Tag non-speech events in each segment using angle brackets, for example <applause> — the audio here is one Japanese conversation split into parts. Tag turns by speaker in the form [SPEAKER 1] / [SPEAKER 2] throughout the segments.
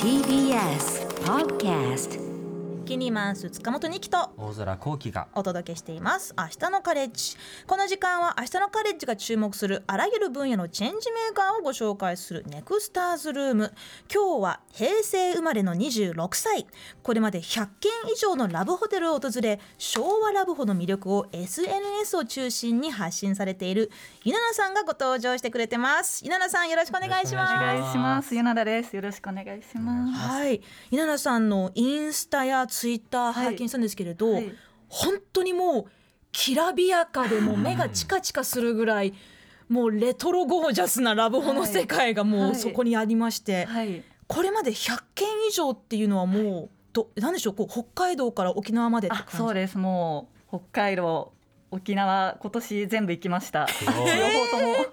[SPEAKER 1] TBS Podcast キニマンス塚本二希と
[SPEAKER 2] 大空幸輝が
[SPEAKER 1] お届けしています明日のカレッジこの時間は明日のカレッジが注目するあらゆる分野のチェンジメーカーをご紹介するネクスターズルーム今日は平成生まれの26歳これまで100件以上のラブホテルを訪れ昭和ラブホの魅力を SNS を中心に発信されているゆななさんがご登場してくれてますゆななさんよろしくお願いし
[SPEAKER 2] よろしくお願
[SPEAKER 1] ま
[SPEAKER 2] い
[SPEAKER 1] す
[SPEAKER 2] し
[SPEAKER 3] お願いします。ゆなだです。よろしくお願いします。
[SPEAKER 1] はい、稲田さんのインスタやツイッター
[SPEAKER 3] はい
[SPEAKER 1] 拝見したんですけれど、
[SPEAKER 3] はい
[SPEAKER 1] 本当にもうきらびやかでもう目がチカチカするぐらい、もうレトロゴージャスなラブホの
[SPEAKER 3] はい
[SPEAKER 1] 世界がも
[SPEAKER 3] は
[SPEAKER 1] う
[SPEAKER 3] い
[SPEAKER 1] そこにありまして、
[SPEAKER 3] はい。
[SPEAKER 1] これまで100件以上っていうのはもうどなんでしょうこう北海道から沖縄までって
[SPEAKER 3] あ、そう
[SPEAKER 1] 感じ。
[SPEAKER 3] です。もう北海道、沖縄、今年全部行きました。両
[SPEAKER 2] ごい
[SPEAKER 3] 方とも。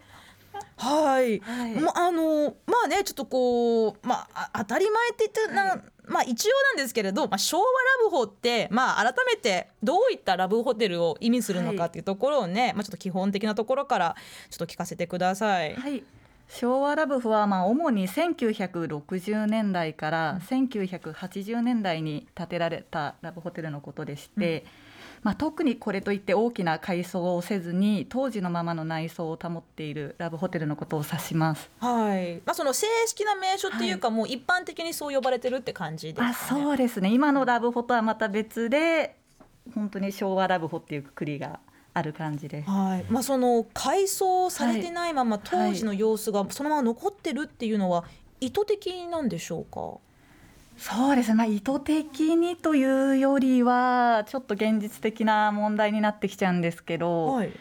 [SPEAKER 1] はい、
[SPEAKER 3] はい
[SPEAKER 1] まあのまあねちょっとこうまああ当たり前って言ってな、
[SPEAKER 3] はい
[SPEAKER 1] まあ一応なんですけれど、まあ、昭和ラブホってまあ改めてどういったラブホテルを意味するのか
[SPEAKER 3] はい
[SPEAKER 1] っていうところをね、まあちょっと基本的なところからちょっと聞かせてください。
[SPEAKER 3] はい。昭和ラブフはまあ主に1960年代から1980年代に建てられたラブホテルのことでして、まあ、特にこれといって大きな改装をせずに当時のままの内装を保っているラブホテルのことを指します。
[SPEAKER 1] はい。まあその正式な名所っていうか、もう一般的にそう呼ばれてるって感じですか、ね。
[SPEAKER 3] あそうですね今のラブホとはまた別で本当に昭和ラブホっていうくくりがある感じです。
[SPEAKER 1] はい。まあその改装されてないまま、当時の様子がそのまま残ってるっていうのは意図的なんでしょうか。
[SPEAKER 3] そうですね、まあ、意図的にというよりはちょっと現実的な問題になってきちゃうんですけど、
[SPEAKER 1] はい。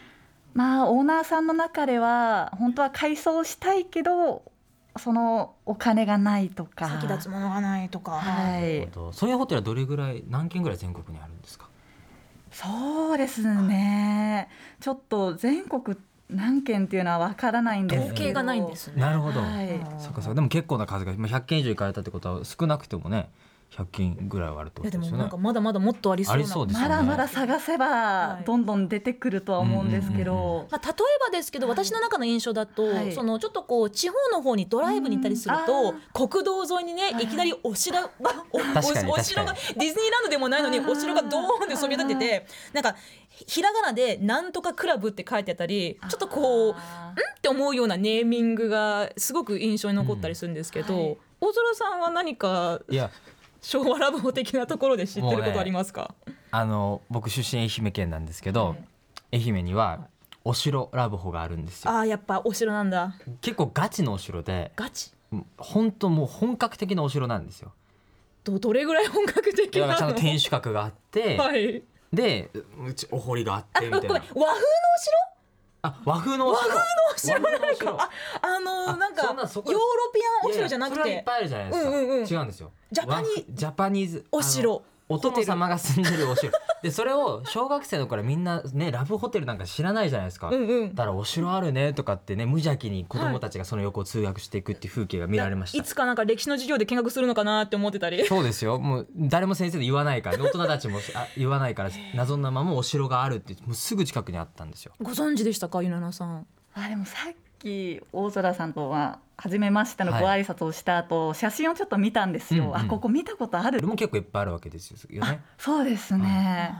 [SPEAKER 3] まあオーナーさんの中では本当は改装したいけどそのお金がないとか。
[SPEAKER 1] 先立つものがないとか。
[SPEAKER 3] はい、
[SPEAKER 2] そういうホテルはどれぐらい何軒ぐらい全国にあるんですか
[SPEAKER 3] そうですねちょっと全国何件っていうのはわからないんですけど
[SPEAKER 1] 統計がないんですね。
[SPEAKER 2] なるほど、
[SPEAKER 3] はい
[SPEAKER 2] そっかそっかでも結構な数が、まあ、100件以上行かれたってことは少なくてもね100件ぐらいはあるって
[SPEAKER 1] い
[SPEAKER 2] こ
[SPEAKER 1] やで
[SPEAKER 2] とで
[SPEAKER 1] も
[SPEAKER 2] すよ
[SPEAKER 1] なん
[SPEAKER 2] ね
[SPEAKER 1] かまだまだもっとありそうな。
[SPEAKER 2] ありそうです
[SPEAKER 3] まだまだ探せば
[SPEAKER 1] はい
[SPEAKER 3] どんどん出てくるとは思うんですけど、
[SPEAKER 1] まあ、例えばですけど、
[SPEAKER 3] はい
[SPEAKER 1] 私の中の印象だと、
[SPEAKER 3] はい
[SPEAKER 1] そのちょっとこう地方の方にドライブに行ったりする
[SPEAKER 3] うん
[SPEAKER 1] と国道沿いにね
[SPEAKER 3] はい
[SPEAKER 1] いきなりお <laughs> 城がおお
[SPEAKER 2] 確かに
[SPEAKER 1] お城が
[SPEAKER 2] 確
[SPEAKER 1] ディズニーランドでもないのに
[SPEAKER 3] あー
[SPEAKER 1] お城がドーンってそびえ立っててなんかひひらがなで「なんとかクラブ」って書いてあったりちょっとこう「ん?」
[SPEAKER 3] あ
[SPEAKER 1] って思うようなネーミングがすごく印象に残ったりするんですけど、
[SPEAKER 3] うんはい
[SPEAKER 1] 大空さんは何か
[SPEAKER 2] いや
[SPEAKER 1] 昭和ラブホ的なところで知ってることありますか、
[SPEAKER 2] あの僕出身愛媛県なんですけど、
[SPEAKER 3] はい
[SPEAKER 2] 愛媛にはお城ラブホがあるんですよ
[SPEAKER 1] ああやっぱお城なんだ
[SPEAKER 2] 結構ガチのお城で
[SPEAKER 1] ガチ
[SPEAKER 2] 本当もう本格的なお城なんですよ
[SPEAKER 1] どどれぐらい本格的
[SPEAKER 2] いや
[SPEAKER 1] なの
[SPEAKER 2] ちゃんと天守閣があって、
[SPEAKER 1] はい。
[SPEAKER 2] でうちお堀があってみ
[SPEAKER 1] ご
[SPEAKER 2] た
[SPEAKER 1] めん
[SPEAKER 2] い
[SPEAKER 1] 和
[SPEAKER 2] な
[SPEAKER 1] 風のお城
[SPEAKER 2] あ和風のお城
[SPEAKER 1] 和風のお
[SPEAKER 2] 和風
[SPEAKER 1] 城な
[SPEAKER 2] のお
[SPEAKER 1] んかああの
[SPEAKER 2] あ
[SPEAKER 1] なんかヨ
[SPEAKER 2] そ
[SPEAKER 1] ー
[SPEAKER 2] ん
[SPEAKER 1] ロ
[SPEAKER 2] なそこ
[SPEAKER 1] ピアンお城じゃなく
[SPEAKER 2] いやいやそれはいってぱいあるじゃないですか、
[SPEAKER 1] うんうんうん
[SPEAKER 2] 違うんですよ
[SPEAKER 1] ジャパニ
[SPEAKER 2] 和ジャパニーズ
[SPEAKER 1] お城
[SPEAKER 2] あのお殿様が住んでるお城でそれを小学生の頃みんなねラブホテルなんか知らないじゃないですか、
[SPEAKER 1] うんうん
[SPEAKER 2] だからお城あるねとかってね無邪気に子供たちがその横を通学していくっていう風景が見られました、
[SPEAKER 1] いつかなんか歴史の授業で見学するのかなって思ってた
[SPEAKER 2] <laughs>
[SPEAKER 1] り
[SPEAKER 2] そうですよもう誰も先生で言わないから大人たちもあ言わないから謎のままお城があるってもうすぐ近くにあったんですよ
[SPEAKER 1] ご存知でしたかゆななさん
[SPEAKER 3] ーあでもさっき大空さんとは初めましてのご
[SPEAKER 2] は
[SPEAKER 3] 挨拶をした後、写真をちょっと見たんですよ、
[SPEAKER 2] うんうん
[SPEAKER 3] あここ見たことある
[SPEAKER 2] それも結構いっぱいあるわけですよね
[SPEAKER 3] そうですね、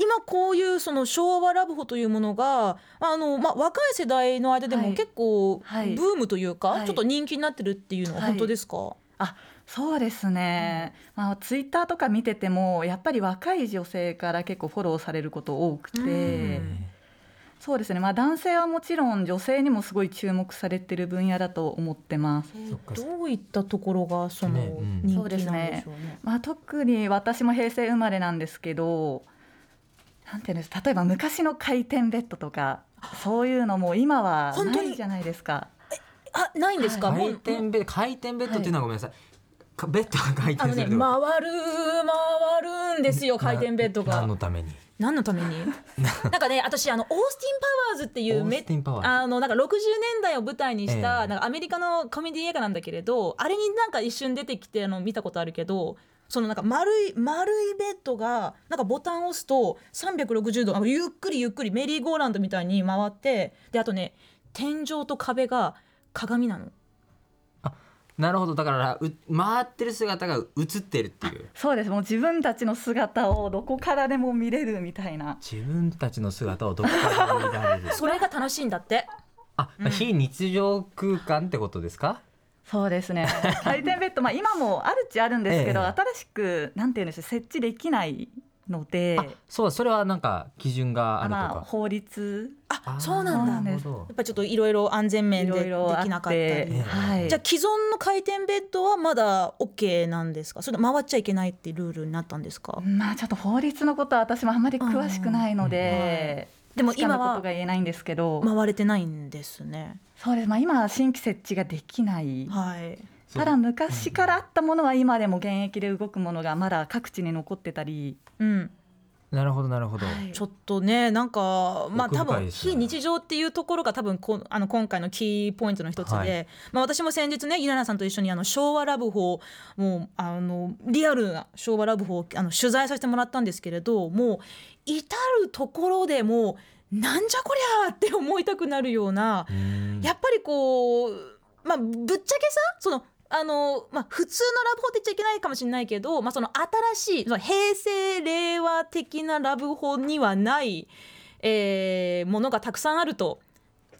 [SPEAKER 1] 今こういうその昭和ラブホというものがあの、まあ、若い世代の間で
[SPEAKER 3] は
[SPEAKER 1] も
[SPEAKER 3] い
[SPEAKER 1] 結構ブ
[SPEAKER 3] はい
[SPEAKER 1] ームというか、
[SPEAKER 3] はい
[SPEAKER 1] ちょっと人気になってるっていうのは
[SPEAKER 3] はい
[SPEAKER 1] 本当ですか、
[SPEAKER 3] あそうですね、まあ、ツイッターとか見ててもやっぱり若い女性から結構フォローされること多くて、
[SPEAKER 1] うん
[SPEAKER 3] そうですね、まあ、男性はもちろん女性にもすごい注目されてる分野だと思ってます。
[SPEAKER 1] えー
[SPEAKER 2] そっか
[SPEAKER 1] どういったところがその
[SPEAKER 2] ねうん
[SPEAKER 1] 人気なんでしょうね。
[SPEAKER 3] まあ、特に私も平成生まれなんですけどなんていうんです例えば昔の回転ベッドとかそういうのも今は
[SPEAKER 1] 本当
[SPEAKER 3] な
[SPEAKER 1] に
[SPEAKER 3] いじゃないですか。
[SPEAKER 1] あないんですか、も
[SPEAKER 2] 回
[SPEAKER 1] う
[SPEAKER 2] 転ベッド回転ベッドっていうのはごめんなさい、かベッドが回
[SPEAKER 1] あ
[SPEAKER 2] 転
[SPEAKER 1] の
[SPEAKER 2] す
[SPEAKER 1] ね回る
[SPEAKER 2] るとこ
[SPEAKER 1] 回るんですよ回転ベッド
[SPEAKER 2] な
[SPEAKER 1] が
[SPEAKER 2] 何のために
[SPEAKER 1] 何のためになんかね私あのオースティン・パワーズっていう
[SPEAKER 2] オー
[SPEAKER 1] め
[SPEAKER 2] スティンパワーズ
[SPEAKER 1] あのなんか60年代を舞台にした、
[SPEAKER 2] え
[SPEAKER 1] な
[SPEAKER 2] え
[SPEAKER 1] んかアメリカのコメディ映画なんだけれどあれになんか一瞬出てきてあの見たことあるけどそのなんか丸い丸いベッドがなんかボタンを押すと360度あのゆっくりゆっくりメリーゴーランドみたいに回ってであとね天井と壁が鏡なの。
[SPEAKER 2] なるほどだからう回ってる姿が映ってるっていう
[SPEAKER 3] そうですもう自分たちの姿をどこからでも見れるみたいな
[SPEAKER 2] 自分たちの姿をどこからでも見られる
[SPEAKER 4] それが楽しいんだって
[SPEAKER 2] あ、
[SPEAKER 4] うん
[SPEAKER 2] 非日常空間ってことですか
[SPEAKER 3] そうですね回転ベッド、まあ、今もあるっちゃあるんですけど、
[SPEAKER 2] ええ
[SPEAKER 3] 新しくなんて言うんでしょう設置できないので
[SPEAKER 2] あそうそれはなんか基準があると
[SPEAKER 3] まあ、
[SPEAKER 2] か、
[SPEAKER 3] 法律
[SPEAKER 4] あ
[SPEAKER 2] あー
[SPEAKER 4] そうなんだ
[SPEAKER 3] そうなん
[SPEAKER 4] や
[SPEAKER 3] だ
[SPEAKER 2] るほ
[SPEAKER 4] っぱちょっといろいろ安全
[SPEAKER 3] い
[SPEAKER 4] 面で
[SPEAKER 3] ろ
[SPEAKER 4] で
[SPEAKER 3] いろあっ
[SPEAKER 4] き
[SPEAKER 3] て
[SPEAKER 4] なかったり
[SPEAKER 3] はい、
[SPEAKER 4] じゃあ既存の回転ベッドはまだ OK なんですかそれとも回っちゃいけないってルールになったんですか、
[SPEAKER 3] まあちょっと法律のことは私もあんまり詳しくないので、
[SPEAKER 4] でも今
[SPEAKER 3] 確かなこ
[SPEAKER 4] は
[SPEAKER 3] とが言えないんですけど、
[SPEAKER 4] 回れてないんですね
[SPEAKER 3] そうですまあ今は新規設置ができない。
[SPEAKER 4] はい
[SPEAKER 2] そう
[SPEAKER 3] ただ昔からあったものは今でも現役で動くものがまだ各地に残ってたり、
[SPEAKER 4] うん、
[SPEAKER 2] なるほどなるほど、
[SPEAKER 4] ちょっとねなんかまあ
[SPEAKER 2] 奥
[SPEAKER 4] 多
[SPEAKER 2] 深い
[SPEAKER 4] 分
[SPEAKER 2] ですね
[SPEAKER 4] 非日常っていうところが多分こあの今回のキーポイントの一つで、
[SPEAKER 2] はい
[SPEAKER 4] まあ、私も先日ねゆななさんと一緒にあの昭和ラブホをもうあのリアルな昭和ラブホをあの取材させてもらったんですけれどもう至る所でもうなんじゃこりゃーって思いたくなるような
[SPEAKER 2] うん
[SPEAKER 4] やっぱりこう、まあ、ぶっちゃけさそのあの、まあ、普通のラブホって言っちゃいけないかもしれないけど、まあ、その新しいその平成令和的なラブホにはない、えーものがたくさんあると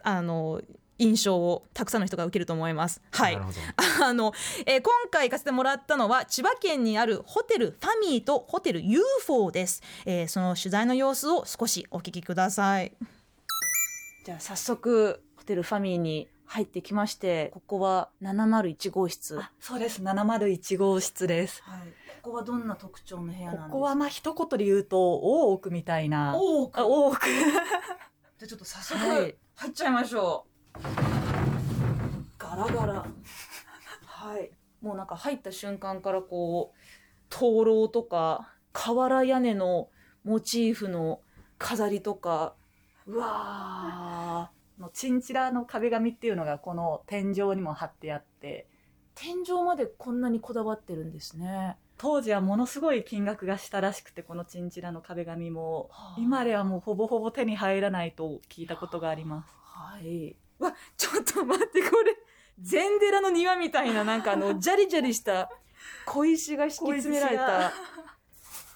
[SPEAKER 4] あの印象をたくさんの人が受けると思います。はい
[SPEAKER 2] なるほど
[SPEAKER 4] あの、えー今回行かせてもらったのは千葉県にあるホテルファミーとホテル UFO です、えーその取材の様子を少しお聞きください
[SPEAKER 1] じゃあ早速、ホテルファミーに入ってきまして、ここは701号室。は
[SPEAKER 3] そうです701号室です
[SPEAKER 1] い。ここはどんな特徴の部屋なんですか
[SPEAKER 3] まあ一言で言うと大奥みたいな
[SPEAKER 1] 大奥
[SPEAKER 3] あ大奥
[SPEAKER 1] <laughs> じゃあちょっと早速、
[SPEAKER 3] はい
[SPEAKER 1] 入っちゃいましょう。ガラガラ。はい。もうなんか入った瞬間からこう、灯籠とか、瓦屋根のモチーフの飾りとか、うわー。
[SPEAKER 3] のチンチラの壁紙っていうのがこの天井にも貼ってあって
[SPEAKER 1] 天井までこんなにこだわってるんですね。
[SPEAKER 3] 当時はものすごい金額がしたらしくてこのチンチラの壁紙も今ではもうほぼほぼ手に入らないと聞いたことがあります
[SPEAKER 1] はい。わ、ちょっと待って、これ、禅寺の庭みたいな、なんかあ <laughs> の、ジャリジャリした、小石が引き詰められ
[SPEAKER 3] 小石が
[SPEAKER 1] た、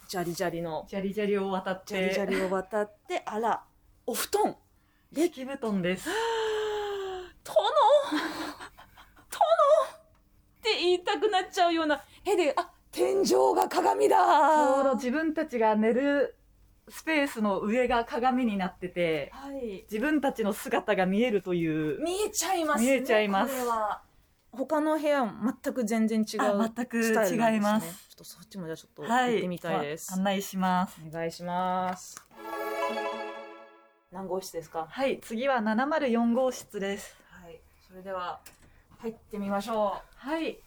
[SPEAKER 1] ジャリジャリの、
[SPEAKER 3] ジャリジャリを渡って
[SPEAKER 1] ジャリジャリを渡って、あら、お布団。
[SPEAKER 3] 敷布団です
[SPEAKER 1] 殿 <laughs> 殿って言いたくなっちゃうような、へで、あ、天井が鏡
[SPEAKER 3] ちょうど
[SPEAKER 1] だ
[SPEAKER 3] 自分たちが寝るスペースの上が鏡になってて
[SPEAKER 1] はい。
[SPEAKER 3] 自分たちの姿が見えるという
[SPEAKER 1] 見えちゃいますね。
[SPEAKER 3] 見えちゃいます
[SPEAKER 1] これは。他の部屋は全く全然違うスタイルなん
[SPEAKER 3] あ
[SPEAKER 1] です、ね。
[SPEAKER 3] 全く違います
[SPEAKER 1] ちょっとそっちもじゃあちょっと行ってみたいです。
[SPEAKER 3] 案内します
[SPEAKER 1] お願いします。何号室ですか。
[SPEAKER 3] はい次は704号室です
[SPEAKER 1] はい。それでは入ってみましょ
[SPEAKER 3] はい。
[SPEAKER 1] う。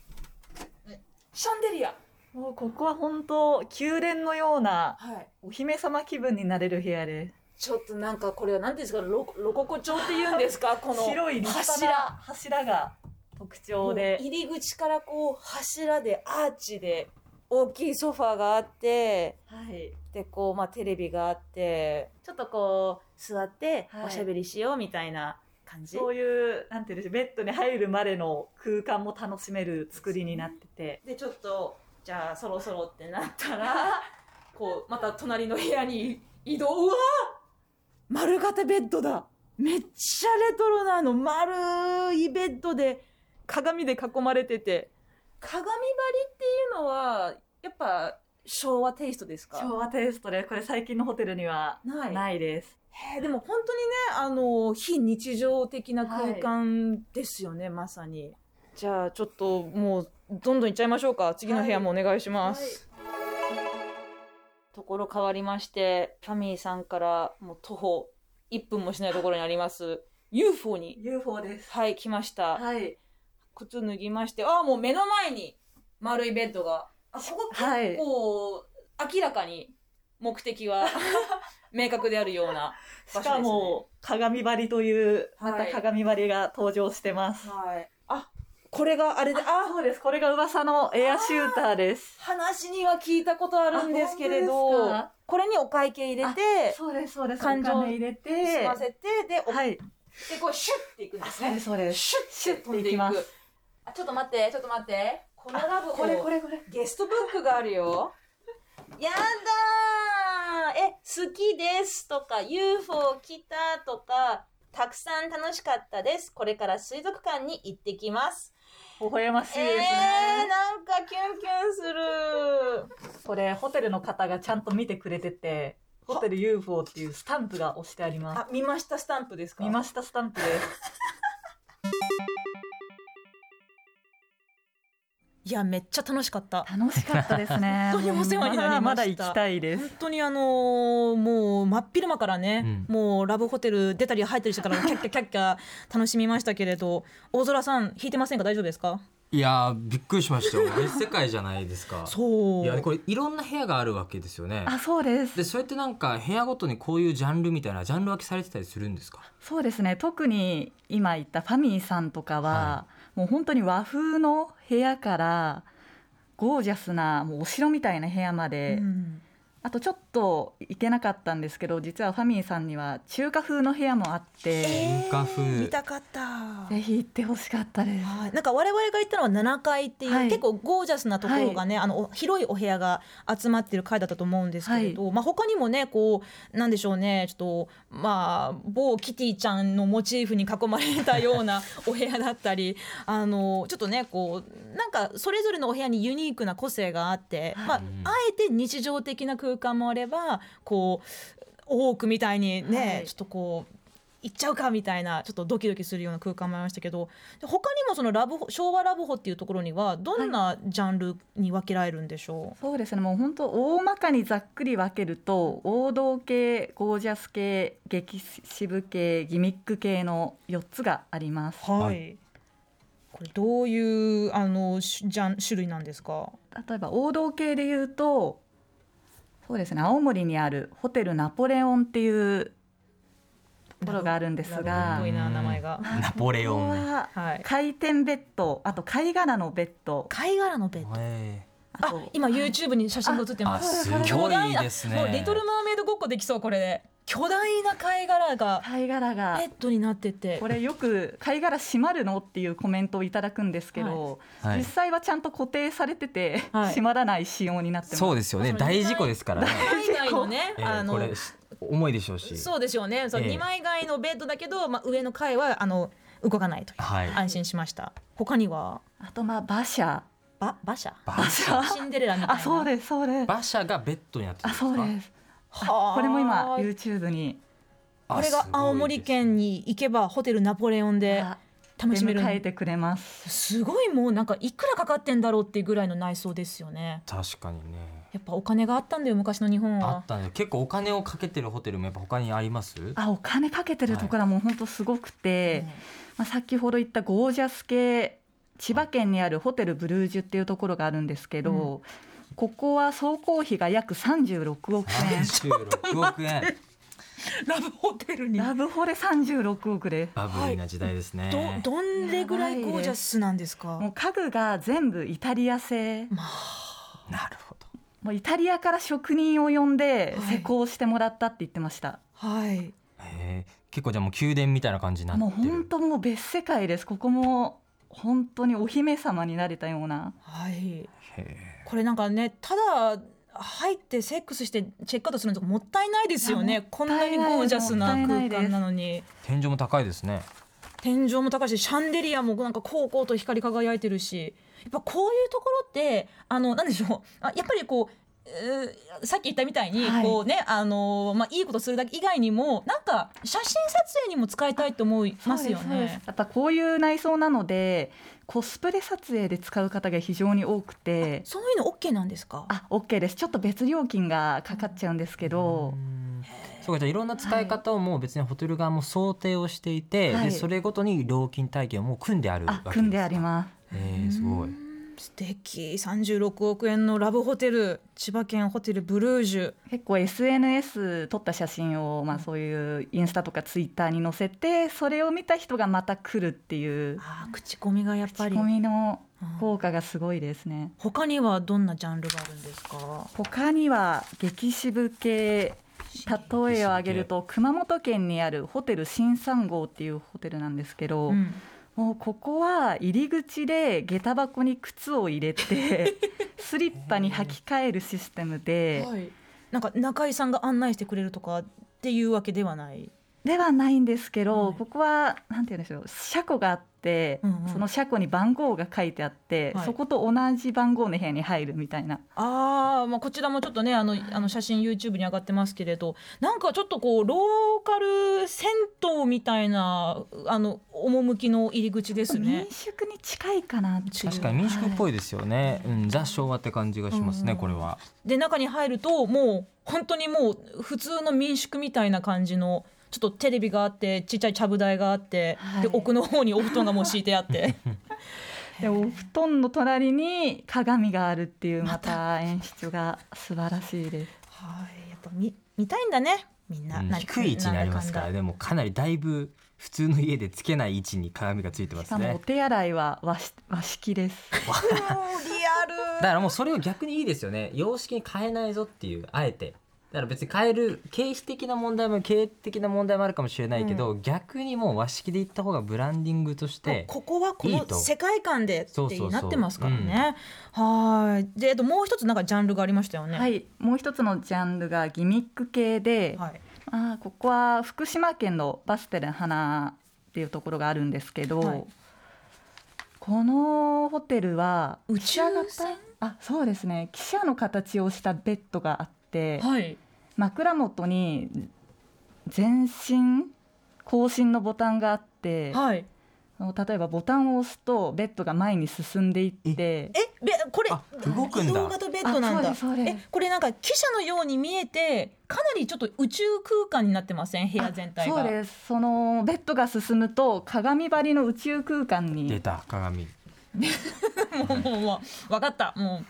[SPEAKER 1] シャンデリア。
[SPEAKER 3] もうここは本当宮殿のような
[SPEAKER 1] はい。
[SPEAKER 3] お姫様気分になれる部屋で
[SPEAKER 1] ちょっとなんかこれは何ていうんですかロコロココ調って言うんですかこの
[SPEAKER 3] 白い立派な
[SPEAKER 1] 柱。
[SPEAKER 3] 柱が特徴
[SPEAKER 1] もう
[SPEAKER 3] で
[SPEAKER 1] 入り口からこう柱でアーチで大きいソファーがあって
[SPEAKER 3] はい、
[SPEAKER 1] でこうまあテレビがあってちょっとこう座って
[SPEAKER 3] はい
[SPEAKER 1] おしゃべりしようみたいな感じ。
[SPEAKER 3] そういうなんていうんでしょうベッドに入るまでの空間も楽しめる作りになってて
[SPEAKER 1] でちょっとじゃあそろそろってなったら <laughs> こうまた隣の部屋に移動うわ丸型ベッドだめっちゃレトロなあの丸いベッドで鏡で囲まれてて鏡張りっていうのはやっぱ昭和テイストですか
[SPEAKER 3] 昭和テイストでこれ最近のホテルには
[SPEAKER 1] ない
[SPEAKER 3] ないです、
[SPEAKER 1] へえでも本当にねあの非日常的な空間ですよね、まさにじゃあちょっともうどんどん行っちゃいましょうか次の部屋もお願いします、ところ変わりましてファミーさんからもう徒歩1分もしないところにあります UFO に
[SPEAKER 3] UFO です
[SPEAKER 1] はい来ました、
[SPEAKER 3] はい
[SPEAKER 1] 靴脱ぎましてああもう目の前に丸いベッドがあここ結
[SPEAKER 3] はい
[SPEAKER 1] 構明らかに目的 <laughs> は明確であるような
[SPEAKER 3] し
[SPEAKER 1] 場所ですね
[SPEAKER 3] かも鏡張りという
[SPEAKER 1] はい
[SPEAKER 3] また鏡張りが登場してます、
[SPEAKER 1] はい。あ、これがあれで、
[SPEAKER 3] あ
[SPEAKER 1] あ、
[SPEAKER 3] そうですこれが噂のエアシューターです
[SPEAKER 1] 話には聞いたことあるんですけれ
[SPEAKER 3] あ本
[SPEAKER 1] ど
[SPEAKER 3] 当ですか、
[SPEAKER 1] これにお会計入れて、
[SPEAKER 3] そうですそうです
[SPEAKER 1] 感情
[SPEAKER 3] お金入れて
[SPEAKER 1] 済ませて、で、お
[SPEAKER 3] はい
[SPEAKER 1] でこうシュッていくんで
[SPEAKER 3] あ
[SPEAKER 1] す
[SPEAKER 3] そうで
[SPEAKER 1] ね
[SPEAKER 3] す。そうです
[SPEAKER 1] シュッて飛んでい
[SPEAKER 3] シュッていきま
[SPEAKER 1] く
[SPEAKER 3] す。
[SPEAKER 1] あちょっと待ってちょっと待ってこのラブホ
[SPEAKER 3] れこれ
[SPEAKER 1] ゲストブックがあるよやだーえ好きですとか UFO 来たとかたくさん楽しかったですこれから水族館に行ってきます
[SPEAKER 3] 微笑ましいですね、
[SPEAKER 1] えー、なんかキュンキュンする
[SPEAKER 3] これホテルの方がちゃんと見てくれててホテル UFO っていうスタンプが押してあります
[SPEAKER 1] あ見ましたスタンプですか
[SPEAKER 3] 見ましたスタンプです
[SPEAKER 4] いやめっちゃ楽しかった
[SPEAKER 3] 楽しかったです <laughs> ね
[SPEAKER 4] 本当にお世話になりました
[SPEAKER 3] もうまだ行きたいです
[SPEAKER 4] 本当にあのーもう真っ昼間からね、
[SPEAKER 2] う
[SPEAKER 4] もうラブホテル出たり入ったりしてからキャッキャキャッキャ楽しみましたけれど大空さん弾いてませんか大丈夫ですか
[SPEAKER 2] いやーびっくりしましたよ別世界じゃないですか
[SPEAKER 4] そう
[SPEAKER 2] いやこれいろんな部屋があるわけですよね
[SPEAKER 3] あそうです
[SPEAKER 2] でそれってなんか部屋ごとにこういうジャンルみたいなジャンル分けされてたりするんですか
[SPEAKER 3] そうですね特に今言ったファミーさんとかは、
[SPEAKER 2] は
[SPEAKER 3] もう本当に和風の部屋からゴージャスなもうお城みたいな部屋まで、
[SPEAKER 4] うん
[SPEAKER 3] あとちょっと行けなかったんですけど実はファミーさんには中華風の部屋もあって、
[SPEAKER 2] 文化風
[SPEAKER 4] 見たかったは
[SPEAKER 3] ぜひ行ってほしかったです。
[SPEAKER 4] い、なんか我々が行ったのは7階っていう、
[SPEAKER 3] はい
[SPEAKER 4] 結構ゴージャスなところがね、あのお広いお部屋が集まってる階だったと思うんですけれど、まあ他にもねこうなんでしょうねちょっとまあ某キティちゃんのモチーフに囲まれたよう
[SPEAKER 3] <laughs>
[SPEAKER 4] なお部屋だったりあのちょっとねこうなんかそれぞれのお部屋にユニークな個性があって、まあ、あえて日常的な空間もあればこう多くみたいにね、
[SPEAKER 3] はい
[SPEAKER 4] ちょっとこう行っちゃうかみたいなちょっとドキドキするような空間もありましたけどで他にもそのラブホ昭和ラブホっていうところにはどんなジャンルに分けられるんでしょ
[SPEAKER 3] そうですねもう本当大まかにざっくり分けると王道系ゴージャス系激渋系ギミック系の4つがあります
[SPEAKER 4] う、
[SPEAKER 2] はい
[SPEAKER 4] これどういうあのしジャン種類なんですか
[SPEAKER 3] 例えば王道系で言うとそうですね青森にあるホテルナポレオンっていうところがあるんです
[SPEAKER 4] ラブホっ
[SPEAKER 3] が
[SPEAKER 4] ぽいな名前が。
[SPEAKER 2] ナポレ
[SPEAKER 3] こ
[SPEAKER 2] オ
[SPEAKER 3] こ
[SPEAKER 2] ンね
[SPEAKER 3] は
[SPEAKER 4] はい、
[SPEAKER 3] 回転ベッドあと貝殻のベッド
[SPEAKER 4] 貝殻のベッド
[SPEAKER 2] へ
[SPEAKER 3] あ
[SPEAKER 4] あ
[SPEAKER 3] と
[SPEAKER 4] 今 YouTube に写真が写って
[SPEAKER 2] ーあ
[SPEAKER 4] ます
[SPEAKER 2] すごいですね
[SPEAKER 4] もうリトルマーメイドごっこできそうこれで巨大な貝殻が
[SPEAKER 3] 貝殻が
[SPEAKER 4] ベッドになってて
[SPEAKER 3] これよく貝殻閉まるのっていうコメントをいただくんですけど、
[SPEAKER 2] はい
[SPEAKER 3] 実際はちゃんと固定されてて、
[SPEAKER 4] はい
[SPEAKER 3] 閉まらない仕様になってます。
[SPEAKER 2] そうですよね
[SPEAKER 4] まあその
[SPEAKER 2] 大事故ですからね、
[SPEAKER 4] 海外のね、
[SPEAKER 2] えー
[SPEAKER 4] <laughs> あの
[SPEAKER 2] これし重いでしょうし
[SPEAKER 4] そうでしょうね。そう
[SPEAKER 2] ええ
[SPEAKER 4] 二枚替えのベッドだけど、まあ上の階はあの動かないという。
[SPEAKER 2] はい
[SPEAKER 4] 安心しました。他には
[SPEAKER 3] あとまあ馬車、
[SPEAKER 4] バ馬車
[SPEAKER 2] 馬車
[SPEAKER 4] シンデレラみたいな。
[SPEAKER 3] あそうですそうです、
[SPEAKER 2] 馬車がベッドになってたん
[SPEAKER 3] あ
[SPEAKER 2] ですか
[SPEAKER 3] そうです。
[SPEAKER 4] はあ
[SPEAKER 3] これも今 YouTube に
[SPEAKER 2] あ
[SPEAKER 4] これが
[SPEAKER 2] すごいですね
[SPEAKER 4] 青森県に行けばホテルナポレオンで
[SPEAKER 3] あ
[SPEAKER 4] 楽しめ
[SPEAKER 3] 出
[SPEAKER 4] る
[SPEAKER 3] 迎えてくれます。
[SPEAKER 4] すごいもうなんかいくらかかってんだろうっていうぐらいの内装ですよね
[SPEAKER 2] 確かにね
[SPEAKER 4] やっぱお金があったんだよ昔の日本
[SPEAKER 2] あ
[SPEAKER 4] は
[SPEAKER 2] ったね結構お金をかけてるホテルもやっぱ他にあります
[SPEAKER 3] あお金かけてるところはもう本当すごくて、
[SPEAKER 4] うん
[SPEAKER 3] まあ、先ほど言ったゴージャス系千葉県にあるホテルブルージュっていうところがあるんですけど、ここは総工費が約36億円。
[SPEAKER 2] 36億
[SPEAKER 4] <laughs>
[SPEAKER 2] 円
[SPEAKER 4] ラブホテルに
[SPEAKER 3] ラブホで36億です。
[SPEAKER 2] バブリーな時代ですね、
[SPEAKER 4] どどんでぐらいゴージャスなんですか
[SPEAKER 3] もう家具が全部イタリア製
[SPEAKER 2] なるほど
[SPEAKER 3] もうイタリアから職人を呼んで
[SPEAKER 4] はい
[SPEAKER 3] 施工してもらったって言ってました、
[SPEAKER 4] はい
[SPEAKER 2] へえ結構じゃあもう宮殿みたいな感じになって
[SPEAKER 3] もう
[SPEAKER 2] る
[SPEAKER 3] 本当もう別世界ですここも本当にお姫様になれたような
[SPEAKER 4] はい
[SPEAKER 2] へ
[SPEAKER 4] これなんかねただ入ってセックスしてチェックアウトするのとかもったいないですよ
[SPEAKER 3] いや
[SPEAKER 4] ねこんなにゴージャスな
[SPEAKER 3] もったいな
[SPEAKER 4] 空
[SPEAKER 3] いです
[SPEAKER 4] 間なのに
[SPEAKER 2] え天井も高いですね
[SPEAKER 4] 天井も高いしシャンデリアもなんかこうこうと光り輝いてるしやっぱこういうところってあのなんでしょうあやっぱりこう。えーさっき言ったみたいに、
[SPEAKER 3] はい
[SPEAKER 4] こうねあのーまあ、いいことするだけ以外にもなんか写真撮影にも使いたいと思いますよ
[SPEAKER 3] そうですそう
[SPEAKER 4] ね
[SPEAKER 3] です。やっぱこういう内装なのでコスプレ撮影で使う方が非常に多くて
[SPEAKER 4] そういうの OK なんですか
[SPEAKER 3] あ OK ですちょっと別料金がかかっちゃうんですけど
[SPEAKER 2] う、んそうかじゃあいろんな使い方をもう別にホテル側も想定をしていて、
[SPEAKER 3] はい
[SPEAKER 2] でそれごとに料金体系をもう組んであるわけ
[SPEAKER 3] あ組んであり
[SPEAKER 2] す
[SPEAKER 3] ます
[SPEAKER 2] か。へえすごい。
[SPEAKER 4] 素敵36億円のラブホテル千葉県ホテルブルージュ
[SPEAKER 3] 結構 SNS 撮った写真を、まあ、そういうインスタとかツイッターに載せてそれを見た人がまた来るっていう
[SPEAKER 4] あー口コミがやっぱ
[SPEAKER 3] 口
[SPEAKER 4] り
[SPEAKER 3] コミの
[SPEAKER 4] うん
[SPEAKER 3] 効果がすごいですね。
[SPEAKER 4] 他にはどんなジャンルがあるんですか
[SPEAKER 3] 他には激渋系例えを挙げると熊本県にあるホテル新三号っていうホテルなんですけど、
[SPEAKER 4] うん
[SPEAKER 3] もうここは入り口で下駄箱に靴を入れ
[SPEAKER 4] <laughs>
[SPEAKER 3] てスリッパに履き替えるシステムで
[SPEAKER 1] はい、
[SPEAKER 4] なんか中井さんが案内してくれるとかっていうわけではない。
[SPEAKER 3] ではないんですけど、
[SPEAKER 4] はい
[SPEAKER 3] ここはなんて言うんでしょう車庫があって、
[SPEAKER 4] うんうん
[SPEAKER 3] その車庫に番号が書いてあって、
[SPEAKER 4] はい
[SPEAKER 3] そこと同じ番号の部屋に入るみたいな
[SPEAKER 4] あー、まあこちらもちょっとねあのあの写真 YouTube に上がってますけれどなんかちょっとこうローカル銭湯みたいなあの趣の入り口ですね
[SPEAKER 3] 民。宿に近いかなっていう
[SPEAKER 2] 確かに民宿っぽいですよね、うん、ザ昭和って感じがしますね、
[SPEAKER 4] うん
[SPEAKER 2] これは
[SPEAKER 4] で中に入るともう本当にもう普通の民宿みたいな感じのちょっとテレビがあってちっちゃいちゃぶ台があって、
[SPEAKER 3] はい
[SPEAKER 4] で奥の方にお布団がもう敷いてあって。
[SPEAKER 3] でお布団の隣に鏡があるっていうまた演出が素晴らしいです。
[SPEAKER 4] <laughs> はい、やっぱ見見たいんだね。みんな、
[SPEAKER 2] うん
[SPEAKER 4] なんか
[SPEAKER 2] 低い位置にありますから
[SPEAKER 4] なんだんだ
[SPEAKER 2] でもかなりだいぶ普通の家でつけない位置に鏡がついてま
[SPEAKER 3] し
[SPEAKER 2] す
[SPEAKER 3] かもお
[SPEAKER 2] ね
[SPEAKER 3] 手洗いは和式和式です。
[SPEAKER 2] だからもうそれを逆にいいですよね様式に変えないぞっていうあえてだから別に変える経費的な問題も経営的な問題もあるかもしれないけど、逆にもう和式で行った方がブランディングとして
[SPEAKER 4] ここはこの世界観で
[SPEAKER 2] そう
[SPEAKER 4] っ
[SPEAKER 2] そうそう
[SPEAKER 4] てなってますからね。はい。で、えっともう一つなんかジャンルがありましたよね。
[SPEAKER 3] は。い、もう一つのジャンルがギミック系で、
[SPEAKER 4] はい。
[SPEAKER 3] あーここは福島県のバステル花っていうところがあるんですけど、
[SPEAKER 4] はい
[SPEAKER 3] このホテルは
[SPEAKER 4] 宇宙
[SPEAKER 3] 汽車
[SPEAKER 4] 船
[SPEAKER 3] 型あそうですね汽車の形をしたベッドがあって、
[SPEAKER 4] はい。
[SPEAKER 3] 枕元に全身後進のボタンがあって、
[SPEAKER 4] はい。
[SPEAKER 3] あの例えばボタンを押すとベッドが前に進んでいって
[SPEAKER 4] え、べこれ
[SPEAKER 2] あ動くんだ
[SPEAKER 4] 移動型ベッドなんだ
[SPEAKER 3] あ。そうですそうです
[SPEAKER 4] え、これなんか汽車のように見えて、かなりちょっと宇宙空間になってません。部屋全体が。
[SPEAKER 3] そうですそのベッドが進むと鏡張りの宇宙空間
[SPEAKER 2] 出
[SPEAKER 3] に
[SPEAKER 2] た鏡
[SPEAKER 4] もうもうもうわかった。も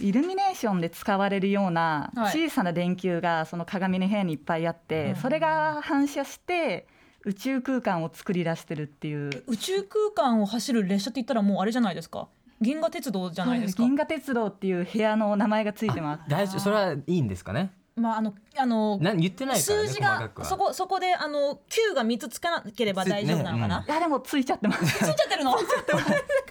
[SPEAKER 4] う
[SPEAKER 3] イルミネーションで使われるような
[SPEAKER 4] は
[SPEAKER 3] 小
[SPEAKER 4] い
[SPEAKER 3] さな電球がその鏡の部屋にいっぱいあって、
[SPEAKER 4] うん
[SPEAKER 3] それが反射して宇宙空間を作り出してるっていう
[SPEAKER 4] 宇宙空間を走る列車って言ったらもうあれじゃないですか。銀河鉄道じゃないですか。
[SPEAKER 3] 銀河鉄道っていう部屋の名前がついてます。
[SPEAKER 2] 大丈夫それはいいんですかね
[SPEAKER 4] まああのあの
[SPEAKER 2] な言ってないからね
[SPEAKER 4] 数字
[SPEAKER 2] 細か
[SPEAKER 4] が
[SPEAKER 2] くは
[SPEAKER 4] そこそこであの Q が三つつかなければ大丈夫なのかな。
[SPEAKER 2] つ
[SPEAKER 3] いやでもついちゃってます。
[SPEAKER 4] ついちゃっ
[SPEAKER 2] <laughs>
[SPEAKER 4] てるの。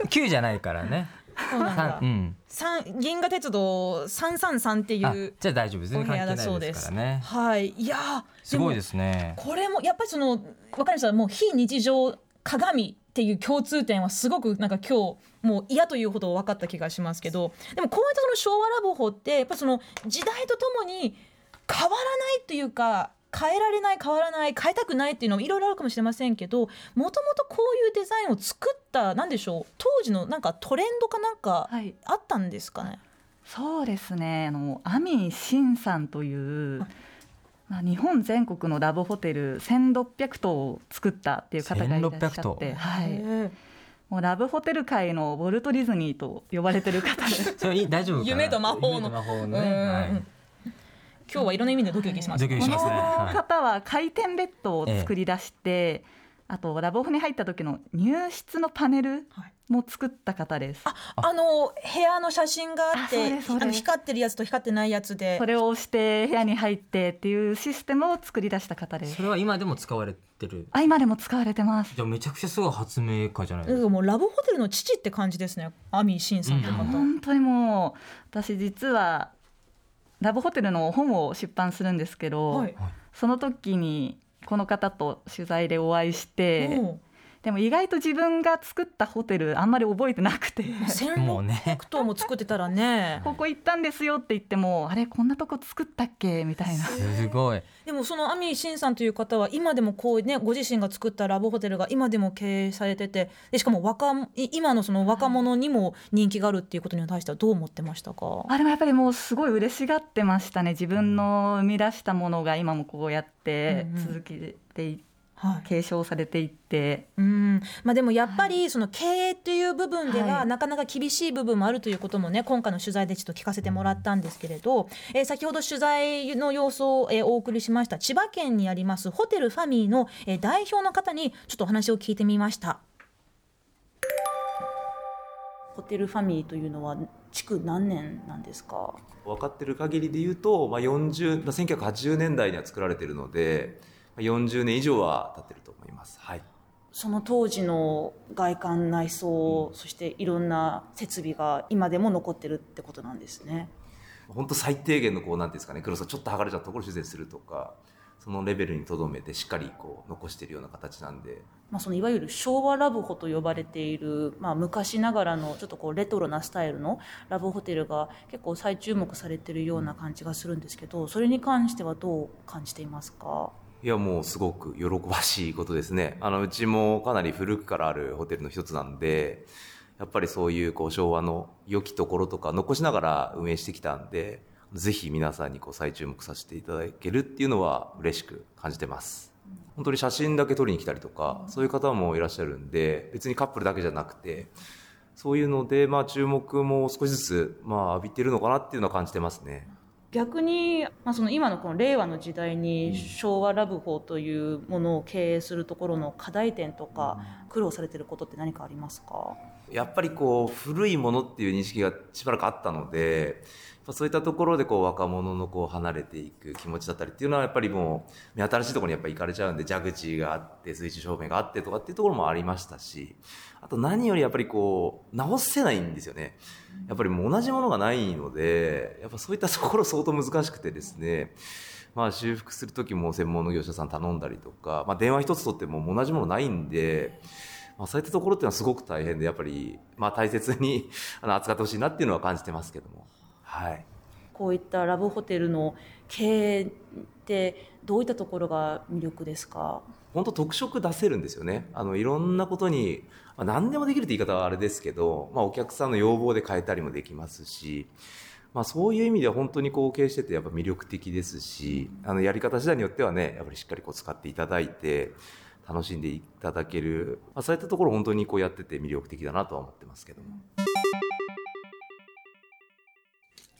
[SPEAKER 2] 9じゃないからね
[SPEAKER 4] そうなんだ
[SPEAKER 2] う。ん
[SPEAKER 4] 三銀河鉄道三三三ってい
[SPEAKER 2] あ
[SPEAKER 4] う
[SPEAKER 2] じゃあ大丈夫です
[SPEAKER 4] お
[SPEAKER 2] ね
[SPEAKER 4] 部
[SPEAKER 2] 関係
[SPEAKER 4] 屋
[SPEAKER 2] な
[SPEAKER 4] だそう
[SPEAKER 2] い
[SPEAKER 4] で
[SPEAKER 2] です
[SPEAKER 4] す。
[SPEAKER 2] からね
[SPEAKER 4] はい。いやー。
[SPEAKER 2] すごいですすね
[SPEAKER 4] これもやっぱりそのわかりました。もう非日常鏡っていう共通点はすごくなんか今日もう嫌というほど分かった気がしますけど、でもこういったその昭和ラブホってやっぱその時代とともに変わらないというか変えられない変わらない変えたくないっていうのもいろいろあるかもしれませんけどもともとこういうデザインを作ったなんでしょう当時のなんかトレンドかなんか
[SPEAKER 3] <laughs> はい。
[SPEAKER 4] あったんですかね、
[SPEAKER 3] そうですね。あのアミンシンさんという。まあ、日本全国のラブホテル1600棟を作ったっていう方がいらっしゃっ
[SPEAKER 2] 1600
[SPEAKER 3] て、
[SPEAKER 2] 棟
[SPEAKER 3] はい、
[SPEAKER 4] へ
[SPEAKER 3] もうラブホテル界のウォルト・ディズニーと呼ばれてる
[SPEAKER 2] <laughs>。
[SPEAKER 3] 方です
[SPEAKER 2] それいい大丈夫かな
[SPEAKER 4] 夢と魔法
[SPEAKER 2] 夢と
[SPEAKER 4] の
[SPEAKER 2] 魔法のね
[SPEAKER 4] うん
[SPEAKER 2] は
[SPEAKER 4] 今日はいろんな意味でドキドキしま
[SPEAKER 2] い
[SPEAKER 4] す
[SPEAKER 2] ドキ
[SPEAKER 4] ね
[SPEAKER 2] ドキ
[SPEAKER 3] こ
[SPEAKER 2] し
[SPEAKER 3] の
[SPEAKER 2] ますねは
[SPEAKER 3] 方は回転ベッドを作り出して、あとラブホに入った時の入室のパネル
[SPEAKER 4] はい
[SPEAKER 3] も作った方です。
[SPEAKER 4] あの部屋の写真があっ
[SPEAKER 3] あそう
[SPEAKER 4] て
[SPEAKER 3] ですそうです
[SPEAKER 4] の光ってるやつと光ってないやつで
[SPEAKER 3] それを押して部屋に入ってっていうシステムを作り出した方で
[SPEAKER 2] い
[SPEAKER 3] す
[SPEAKER 2] そ。れは今でも使われてる
[SPEAKER 3] あ今でも使われてます。
[SPEAKER 2] じゃあめちゃくちゃすごい発明家じゃないで
[SPEAKER 4] な
[SPEAKER 2] す
[SPEAKER 4] ん
[SPEAKER 2] か
[SPEAKER 4] かもうラブホテルの父って感じですねアミーシンさんって方、
[SPEAKER 3] 本当にもう私実はラブホテルの本を出版するんですけど、
[SPEAKER 4] はい、
[SPEAKER 3] その時にこの方と取材でお会いして
[SPEAKER 4] も
[SPEAKER 3] でも意外と自分が作ったホテルあんまり覚えてなくて
[SPEAKER 4] う戦
[SPEAKER 2] もう
[SPEAKER 4] 六
[SPEAKER 2] ね
[SPEAKER 4] 等も作ってたらね
[SPEAKER 3] ここ行ったんですよって言ってもあれこんなとこ作ったっけみたいな。
[SPEAKER 2] すごい
[SPEAKER 4] でもそのアミー・シンさんという方は今でもこうねご自身が作ったラブホテルが今でも経営されててでしかも若もい今のその若者にも人気があるっていうことに対してはどう思ってましたか、
[SPEAKER 3] あれもやっぱりもうすごい嬉しがってましたね自分の生み出したものが今もこうやって
[SPEAKER 4] うんうん
[SPEAKER 3] 続けてい
[SPEAKER 4] はい
[SPEAKER 3] 継承されていって
[SPEAKER 4] うんまあ、でもやっぱりその経営という部分で
[SPEAKER 3] は
[SPEAKER 4] はいなかなか厳しい部分もあるということもね今回の取材でちょっと聞かせてもらったんですけれど、えー先ほど取材の様子を、えーお送りしました千葉県にありますホテルファミーの、えー代表の方にちょっとお話を聞いてみました。
[SPEAKER 1] ホテルファミリーというのは築何年なんですか
[SPEAKER 5] 分かってる限りで言うと、まあ、40まあ1980年代には作られているのでまあ40年以上は経ってると思います。はい、
[SPEAKER 1] その当時の外観内装、そしていろんな設備が今でも残ってるってことなんですね。
[SPEAKER 5] 本当最低限のこうなんていうんですかね黒さちょっと剥がれちゃったところを修繕するとかそのレベルにとどめてしっかりこう残しているような形なんで
[SPEAKER 1] まあ、そのいわゆる昭和ラブホと呼ばれている、まあ、昔ながらのちょっとこうレトロなスタイルのラブホテルが結構再注目されてるような感じがするんですけどそれに関してはどう感じていますか
[SPEAKER 5] いやもうすごく喜ばしいことですね <laughs> あのうちもかなり古くからあるホテルの一つなんでやっぱりそういうこう昭和の良きところとか残しながら運営してきたんでぜひ皆さんにこう再注目させていただけるっていうのは嬉しく感じてます本当に写真だけ撮りに来たりとかそういう方もいらっしゃるんで別にカップルだけじゃなくてそういうのでまあ注目も少しずつまあ浴びてるのかなっていうのは感じてますね
[SPEAKER 1] 逆に、まあ、その今のこの令和の時代に昭和ラブホというものを経営するところの課題点とか苦労されてることって何かありますか
[SPEAKER 5] やっぱりこう古いものっていう認識がしばらくあったのでまあそういったところでこう若者のこう離れていく気持ちだったりっていうのはやっぱりもう目新しいところにやっぱ行かれちゃうんで蛇口があって水中照明があってとかっていうところもありましたしあと何よりやっぱりこう直せないんですよねやっぱりもう同じものがないのでやっぱそういったところ相当難しくてですねまあ、修復する時も専門の業者さん頼んだりとか、まあ、電話一つ取っても同じものないんで、まあ、そういったところっていうのはすごく大変でやっぱり、まあ、大切に <laughs> あの扱ってほしいなっていうのは感じてますけども、はい、
[SPEAKER 1] こういったラブホテルの経営ってどういったところが魅力ですか
[SPEAKER 5] 本当特色出せるんですよねあのいろんなことに、まあ、何でもできるって言い方はあれですけど、まあ、お客さんの要望で変えたりもできますし。まあ、そういう意味では本当に貢献しててやっぱ魅力的ですしあのやり方次第によってはねやっぱりしっかりこう使っていただいて楽しんでいただける、まあ、そういったところ本当にこうやってて魅力的だなとは思ってますけども。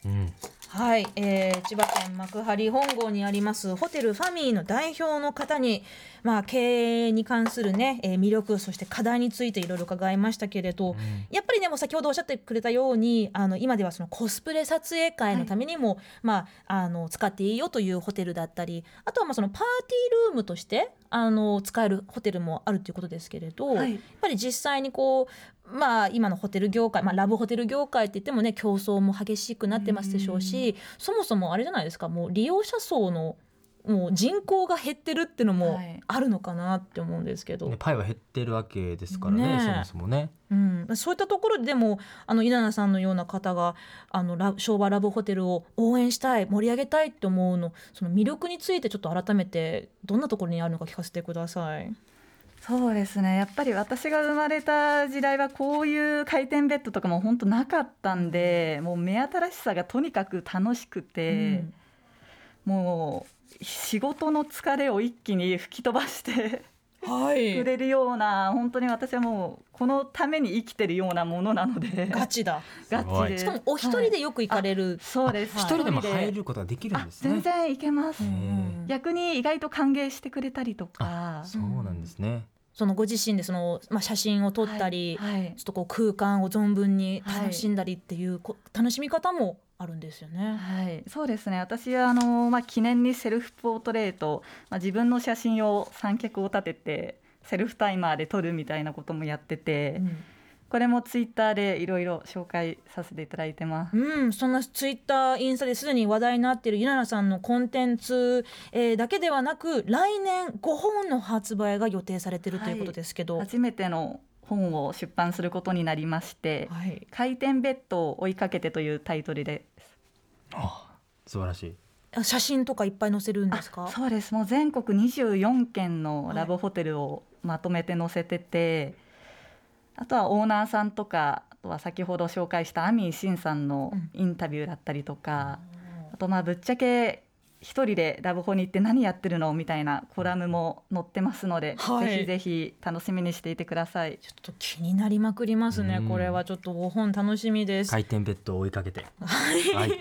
[SPEAKER 2] うん、
[SPEAKER 4] はい、えー千葉県幕張本郷にありますホテルファミーの代表の方に、まあ、経営に関する、ねえー魅力そして課題についていろいろ伺いましたけれど、やっぱりねもう先ほどおっしゃってくれたようにあの今ではそのコスプレ撮影会のためにも、まあ、あの使っていいよというホテルだったりあとはまあそのパーティールームとしてあの使えるホテルもあるということですけれど、
[SPEAKER 3] はい
[SPEAKER 4] やっぱり実際にこう、まあ、今のホテル業界、まあ、ラブホテル業界って言ってもね競争も激しくなってますでしょうしそもそもあれじゃないですかもう利用者層のもう人口が減ってるってのも
[SPEAKER 3] はい
[SPEAKER 4] あるのかなって思うんですけど、
[SPEAKER 2] ねパイは減ってるわけですからね
[SPEAKER 4] ねえ
[SPEAKER 2] そもそもね
[SPEAKER 4] うん、そういったところででもあの稲奈さんのような方があのラ昭和ラブホテルを応援したい盛り上げたいって思うのその魅力についてちょっと改めてどんなところにあるのか聞かせてください。
[SPEAKER 3] そうですねやっぱり私が生まれた時代はこういう回転ベッドとかも本当なかったんでもう目新しさがとにかく楽しくて、もう仕事の疲れを一気に吹き飛ばして
[SPEAKER 4] は
[SPEAKER 3] くれるような本当に私はもうこのために生きてるようなものなので
[SPEAKER 4] ガチだ
[SPEAKER 3] ガチで
[SPEAKER 4] しかもお一人でよく行かれる、
[SPEAKER 3] そうです
[SPEAKER 2] 一人でも入ることができるん
[SPEAKER 3] あ
[SPEAKER 2] ですね
[SPEAKER 3] 全然いけます、
[SPEAKER 2] へえ
[SPEAKER 4] うん
[SPEAKER 3] 逆に意外と歓迎してくれたりとか
[SPEAKER 2] そうなんですね
[SPEAKER 4] そのご自身でその、まあ、写真を撮ったり、
[SPEAKER 3] はいはい
[SPEAKER 4] ちょっとこう空間を存分に楽しんだりっていう、こ楽しみ方もあるんですよね。
[SPEAKER 3] はい、そうですね私はあの、まあ、記念にセルフポートレート、まあ、自分の写真を三脚を立ててセルフタイマーで撮るみたいなこともやってて、
[SPEAKER 4] うん
[SPEAKER 3] これもツイッターでいろいろ紹介させていただいてます。
[SPEAKER 4] うん、そんなツイッター、インスタですでに話題になっているゆななさんのコンテンツ、えーだけではなく、来年5本の発売が予定されているということですけど、はい
[SPEAKER 3] 初めての本を出版することになりまして「回転ベッドを追いかけて」というタイトルで
[SPEAKER 2] 素晴らしい
[SPEAKER 4] あ写真とかいっぱい載せるんですか
[SPEAKER 3] あそうですもう全国24軒のラブホテルをまとめて載せてて、あとはオーナーさんとかあとは先ほど紹介したアミン・シンさんの
[SPEAKER 4] うん
[SPEAKER 3] インタビューだったりとか、あとまあぶっちゃけ一人でラブホに行って何やってるのみたいなコラムも載ってますので、
[SPEAKER 4] はい
[SPEAKER 3] ぜひぜひ楽しみにしていてください。
[SPEAKER 4] ちょっと気になりまくりますね、
[SPEAKER 2] うん
[SPEAKER 4] これはちょっと5本楽しみです。
[SPEAKER 2] 回転ベッドを追いかけてはい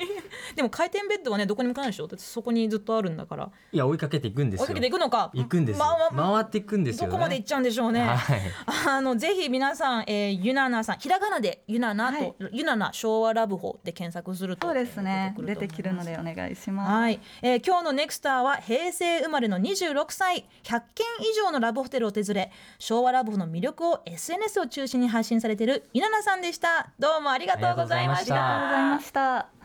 [SPEAKER 4] でも回転ベッドはねどこにも行かないでしょだってそこにずっとあるんだから
[SPEAKER 2] いや追いかけていくんですよ
[SPEAKER 4] 追いかけていくのか
[SPEAKER 2] 行くんですよ、
[SPEAKER 4] まあまあ
[SPEAKER 2] 回っていくんですよ、ね、
[SPEAKER 4] どこまで行っちゃうんでしょうね、
[SPEAKER 2] はい
[SPEAKER 4] あのぜひ皆さん、えー、ゆななさんひらがなでゆななと、ゆなな昭和ラブホで検索すると
[SPEAKER 3] そうですね出てきるの
[SPEAKER 4] で
[SPEAKER 3] でお願いします
[SPEAKER 4] はい、えー今日のネクスターは平成生まれの26歳100件以上のラブホテルを訪れ昭和ラブホの魅力を SNS を中心に発信されている稲奈さんでしたどうもありがとうございまし
[SPEAKER 2] ありがとうございましたた
[SPEAKER 3] ありがとうございました